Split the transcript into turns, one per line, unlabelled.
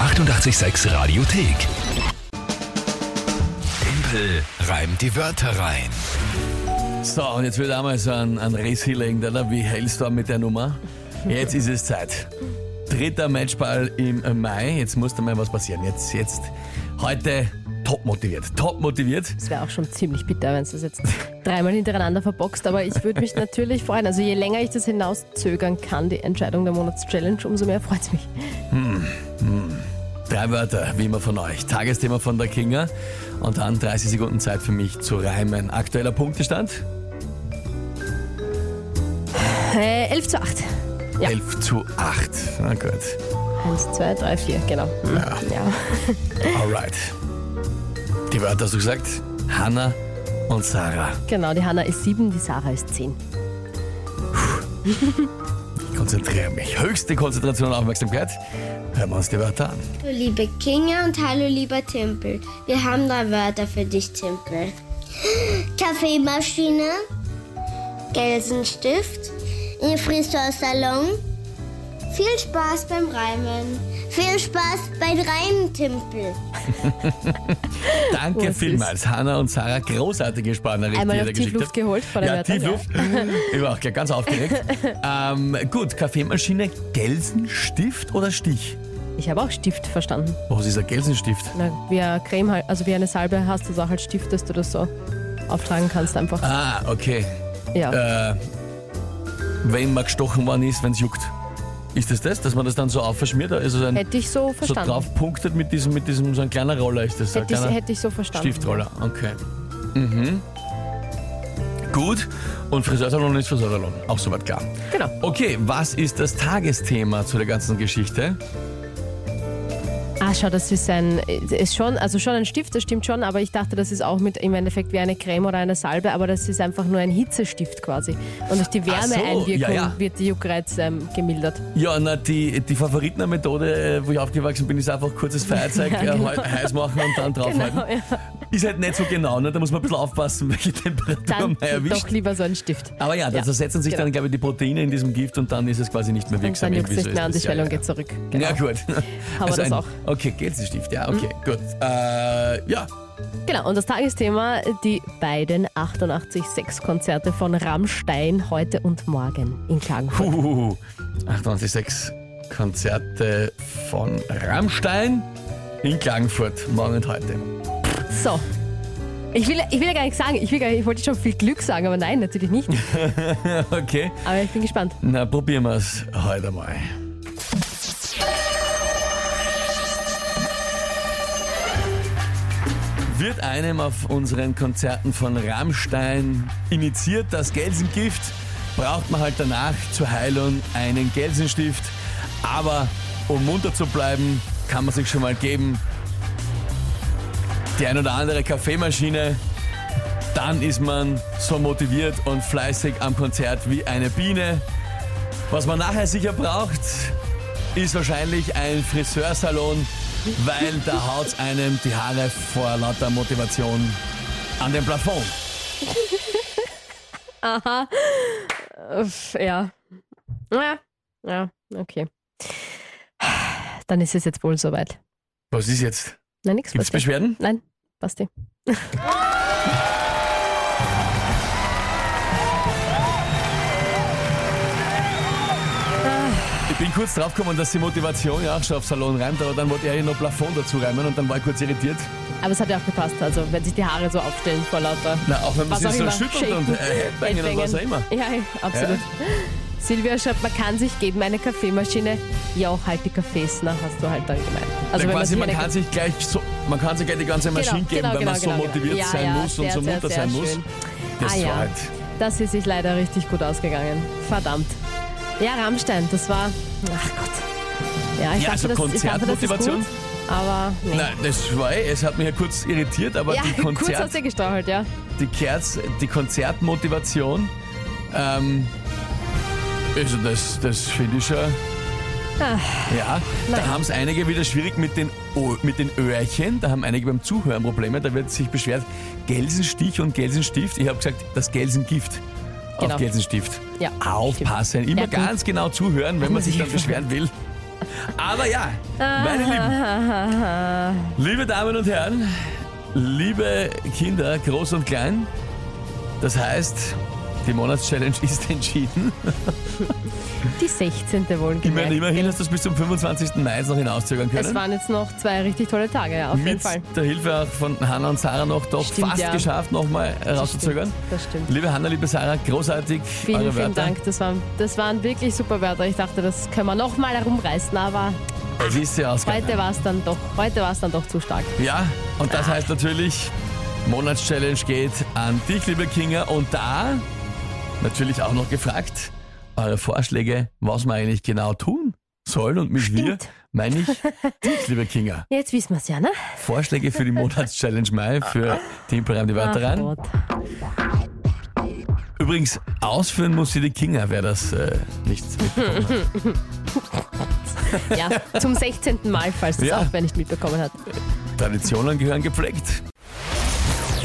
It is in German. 886 Radiothek. Tempel reimt die Wörter rein.
So, und jetzt wird einmal so ein, ein Riss hinlegen, oder? Wie hältst du an mit der Nummer? Jetzt ist es Zeit. Dritter Matchball im Mai. Jetzt muss da mal was passieren. Jetzt, jetzt, heute top motiviert. Top motiviert.
Es wäre auch schon ziemlich bitter, wenn es das jetzt dreimal hintereinander verboxt, aber ich würde mich natürlich freuen. Also je länger ich das hinauszögern kann, die Entscheidung der Monatschallenge, umso mehr freut es mich.
Drei Wörter, wie immer von euch. Tagesthema von der Kinga. Und dann 30 Sekunden Zeit für mich zu reimen. Aktueller Punktestand?
Äh, 11 zu 8. Ja.
11 zu 8. Na gut.
1, 2, 3, 4, genau. Ja.
Alright. Die Wörter hast du gesagt? Hanna und Sarah.
Genau, die Hanna ist 7, die Sarah ist 10.
Ich konzentriere mich. Höchste Konzentration und Aufmerksamkeit. Hören wir uns die Wörter an.
Hallo liebe Kinga und hallo lieber Timpel. Wir haben drei Wörter für dich, Timpel. Kaffeemaschine, Gelsenstift, Friseursalon. Viel Spaß beim Reimen. Viel Spaß beim Reimen, Timpel.
Danke
süß.
vielmals, Hanna und Sarah. Großartige Spannerin,
Oh,
die
Einmal
ihr
auf
da geschickt
Tiefluft
habt.
geholt vor den
Ja,
Wörtern,
Tiefluft. Ich war auch gleich ganz aufgeregt. ähm, gut, Kaffeemaschine, Gelsenstift oder Stich?
Ich habe auch Stift verstanden.
Was ist ein Gelsenstift?
Na, wie eine Creme, halt- also wie eine Salbe hast du es auch als Stift, dass du das so auftragen kannst einfach.
Ah, okay.
ja.
Äh, wenn man gestochen worden ist, wenn es juckt. Ist das das, dass man das dann so aufverschmiert? Also so ein,
Hätte ich so
so
verstanden.
drauf punktet mit diesem, mit diesem, so ein kleiner Roller ist das. so ein
hätte, ich,
kleiner-
hätte ich so verstanden.
Stiftroller, okay. Mhm. Gut. Und Friseursalon ist Friseursalon. Auch soweit klar.
Genau.
Okay, was ist das Tagesthema zu der ganzen Geschichte?
Ah, schau, das ist ein, ist schon, also schon ein Stift, das stimmt schon, aber ich dachte, das ist auch mit im Endeffekt wie eine Creme oder eine Salbe, aber das ist einfach nur ein Hitzestift quasi. Und durch die
Ach so,
Wärmeeinwirkung
ja, ja.
wird die Juckreiz ähm, gemildert.
Ja, na, die, die Favoritener-Methode, äh, wo ich aufgewachsen bin, ist einfach kurzes Feuerzeug
genau.
äh, heu- heiß machen und dann draufhalten.
ja.
Ist halt nicht so genau, ne? da muss man ein bisschen aufpassen, welche Temperatur
Dann
man erwischt.
doch lieber so ein Stift.
Aber ja, da
Ja,
ersetzen sich
genau.
dann, glaube ich, die Proteine in diesem Gift und dann ist es quasi nicht mehr
Und
wirksam.
dann juckt es
irgendwie so
nicht
ist
mehr an, die
es. Ja,
Schwellung
ja.
geht zurück. Genau.
Ja, gut. also
Haben wir das
ein,
auch. Hm?
Okay, Gelsenstift, ja, okay, gut. Äh, ja,
Genau, und das Tagesthema, die beiden 88-6-Konzerte von Rammstein heute und morgen in Klagenfurt.
puh, 28,6 Konzerte von Rammstein in Klagenfurt, morgen und heute.
So. Ich will, ich will ja gar nicht sagen, ich, will gar nicht, ich wollte schon viel Glück sagen, aber nein, natürlich nicht.
Okay,
Aber ich bin gespannt.
na probieren wir es heute mal. Wird einem auf unseren Konzerten von Rammstein initiiert das Gelsengift, braucht man halt danach zur Heilung einen Gelsenstift. Aber um munter zu bleiben, kann man sich schon mal geben. Die ein oder andere Kaffeemaschine, dann ist man so motiviert und fleißig am Konzert wie eine Biene. Was man nachher sicher braucht, ist wahrscheinlich ein Friseursalon, weil da haut einem die Haare vor lauter Motivation an den Plafond.
Uff, ja. Ja, ja, okay. Dann ist es jetzt wohl soweit.
Was ist jetzt?
Nein, nichts.
Gibt's Beschwerden?
Nein, Basti.
Ich bin kurz draufgekommen, dass die Motivation ja auch schon auf Salon reimt, aber dann wollte er ja noch Plafond dazu reimen und dann war ich kurz irritiert.
Aber es hat ja auch gepasst, also wenn sich die Haare so aufstellen vor lauter.
Na, auch wenn man
Was
sich
auch
so
immer.
schüttelt und
Shaken.
äh, Headbanging und was auch immer.
Ja, absolut. Silvia schreibt, man kann sich geben eine Kaffeemaschine. Ja, auch halt die Kaffees nach, hast du halt dann gemeint.
Also
wenn
quasi,
sich
man
eine
kann sich gleich so, man kann sich gleich die ganze Maschine
Genau,
geben,
genau,
weil man
genau,
so
genau.
motiviert
Ja,
sein
ja,
muss und
sehr,
so
sehr,
munter
sehr
sein muss.
schön.
Das
Ah
war
ja,
halt.
das ist sich leider richtig gut ausgegangen. Verdammt. Ja, Rammstein, das war. Ach Gott. Ja, ich
Ja,
dachte,
also
das, ich dachte, das ist
Konzertmotivation.
gut, aber nee.
Nein, das war, eh- es hat mich ja kurz irritiert, aber
ja,
die,
kurz
Konzert,
hast du gestrauchelt, ja.
die, Kerz, die Konzertmotivation, ähm, also das, das finde ich schon.
Ah.
Ja, da
Nein.
haben es einige wieder schwierig mit den, O- mit den Öhrchen, da haben einige beim Zuhören Probleme, da wird sich beschwert, Gelsenstich und Gelsenstift, ich habe gesagt, das Gelsengift. Auf
Genau.
Gelsenstift.
Ja,
Aufpassen, immer
Ja, gut.
ganz genau zuhören, wenn man sich dann beschweren will. Aber ja,
Ah.
meine Lieben, liebe Damen und Herren, liebe Kinder, groß und klein, das heißt, die Monatschallenge ist entschieden.
Die 16. wohlgemerkt.
Ich meine, immerhin hast du es bis zum 25. Mai jetzt noch hinauszögern können.
Genau. Es waren jetzt noch zwei richtig tolle Tage, ja, auf jeden
Mit
Fall.
der Hilfe auch von Hanna und Sarah noch doch
Stimmt,
fast
ja.
geschafft, nochmal rauszuzögern.
Das stimmt.
Liebe Hanna, liebe Sarah, großartig.
Vielen,
eure
vielen
Wörter.
Dank. Das waren, das waren wirklich super Wörter. Ich dachte, das können wir nochmal herumreißen, aber
Es ist ja ausgegangen.
heute war es dann doch, heute war es dann doch zu stark.
Ja, und das heißt natürlich, Monatschallenge geht an dich, liebe Kinga. Und da natürlich auch noch gefragt, eure Vorschläge, was wir eigentlich genau tun sollen. Und mit wir
Stimmt.
meine ich dich, liebe Kinga.
Jetzt wissen wir es ja, ne?
Vorschläge für die Monatschallenge Mai für Team Programm die Wörter
Ach,
rein.
Gott.
Übrigens, ausführen muss sie die Kinga, wer das äh, nicht mitbekommen hat.
Ja, zum 16. Mal, falls das
Ja.
auch wer nicht mitbekommen hat.
Traditionen gehören gepflegt.